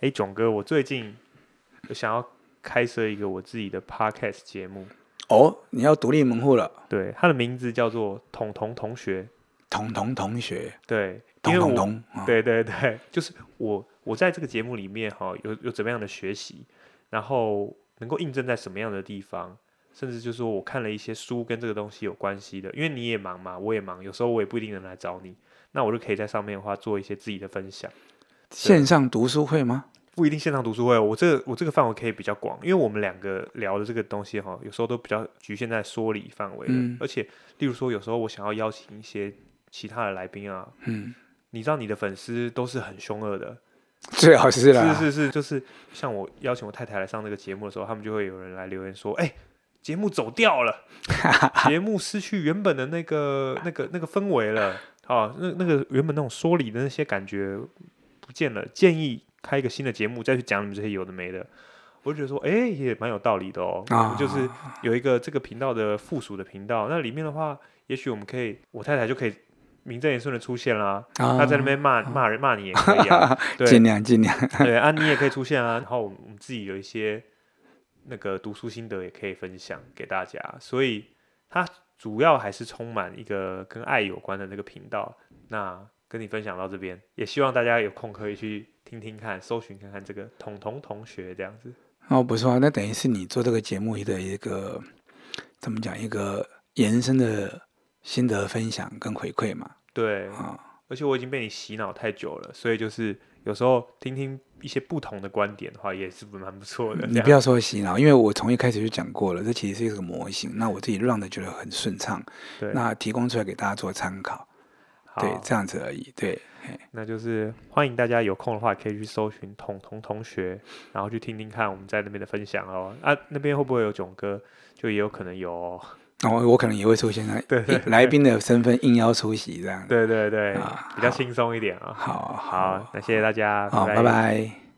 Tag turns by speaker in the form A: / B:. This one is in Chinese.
A: 哎，囧哥，我最近想要开设一个我自己的 podcast 节目，
B: 哦，你要独立门户了，
A: 对，它的名字叫做“彤彤同学
B: 彤彤同学”，，
A: 对，因
B: 彤
A: 为
B: 彤
A: 我，
B: 彤，啊
A: 对对对，就是我，我在这个节目里面哈、有有怎么样的学习，然后能够印证在什么样的地方，甚至就是说我看了一些书跟这个东西有关系的，因为你也忙嘛，我也忙，有时候我也不一定能来找你，那我就可以在上面的话做一些自己的分享。
B: 线上读书会吗？
A: 不一定线上读书会哦，我这个我这个范围可以比较广，因为我们两个聊的这个东西哈，有时候都比较局限在说理范围了。
B: 嗯
A: 而且，例如说，有时候我想要邀请一些其他的来宾啊，
B: 嗯，
A: 你知道你的粉丝都是很凶恶的，
B: 最好是啦，
A: 是是是，就是像我邀请我太太来上这个节目的时候，他们就会有人来留言说，哎、节目走调 了，节目失去原本的那个那个那个氛围了，啊，那那个原本那种说理的那些感觉不见了，建议开一个新的节目再去讲你们这些有的没的。我就觉得说，哎、也蛮有道理的哦。我
B: 啊
A: 们就是有一个这个频道的附属的频道，那里面的话，也许我们可以，我太太就可以名正言顺的出现啦。
B: 啊
A: 她在那边骂骂人骂你也可以啊，对，
B: 尽量尽量，
A: 对啊，你也可以出现啊。然后我们自己有一些那个读书心得也可以分享给大家，所以它主要还是充满一个跟爱有关的那个频道。那跟你分享到这边，也希望大家有空可以去听听看，搜寻看看这个彤彤同学这样子。
B: 哦，不错啊，那等于是你做这个节目的一个怎么讲一个延伸的心得分享跟回馈嘛，
A: 对，
B: 啊，
A: 而且我已经被你洗脑太久了，所以就是有时候听听一些不同的观点的话，也是蛮不错的。这
B: 嗯你
A: 样
B: 不要说洗脑，因为我从一开始就讲过了，这其实是一个模型，那我自己让的觉得很顺畅，
A: 对，
B: 那提供出来给大家做参考，
A: 好
B: 对，这样子而已，对，
A: 那就是欢迎大家有空的话，可以去搜寻彤彤同学，然后去听听看我们在那边的分享哦。啊，那边会不会有囧哥？就也有可能有、哦。
B: 然后我可能也会出现在
A: 对对
B: 来宾的身份应邀出席这样子，
A: 对对对，
B: 啊
A: 比较轻松一点啊。
B: 好好
A: 好，那谢谢大家，
B: 好，拜拜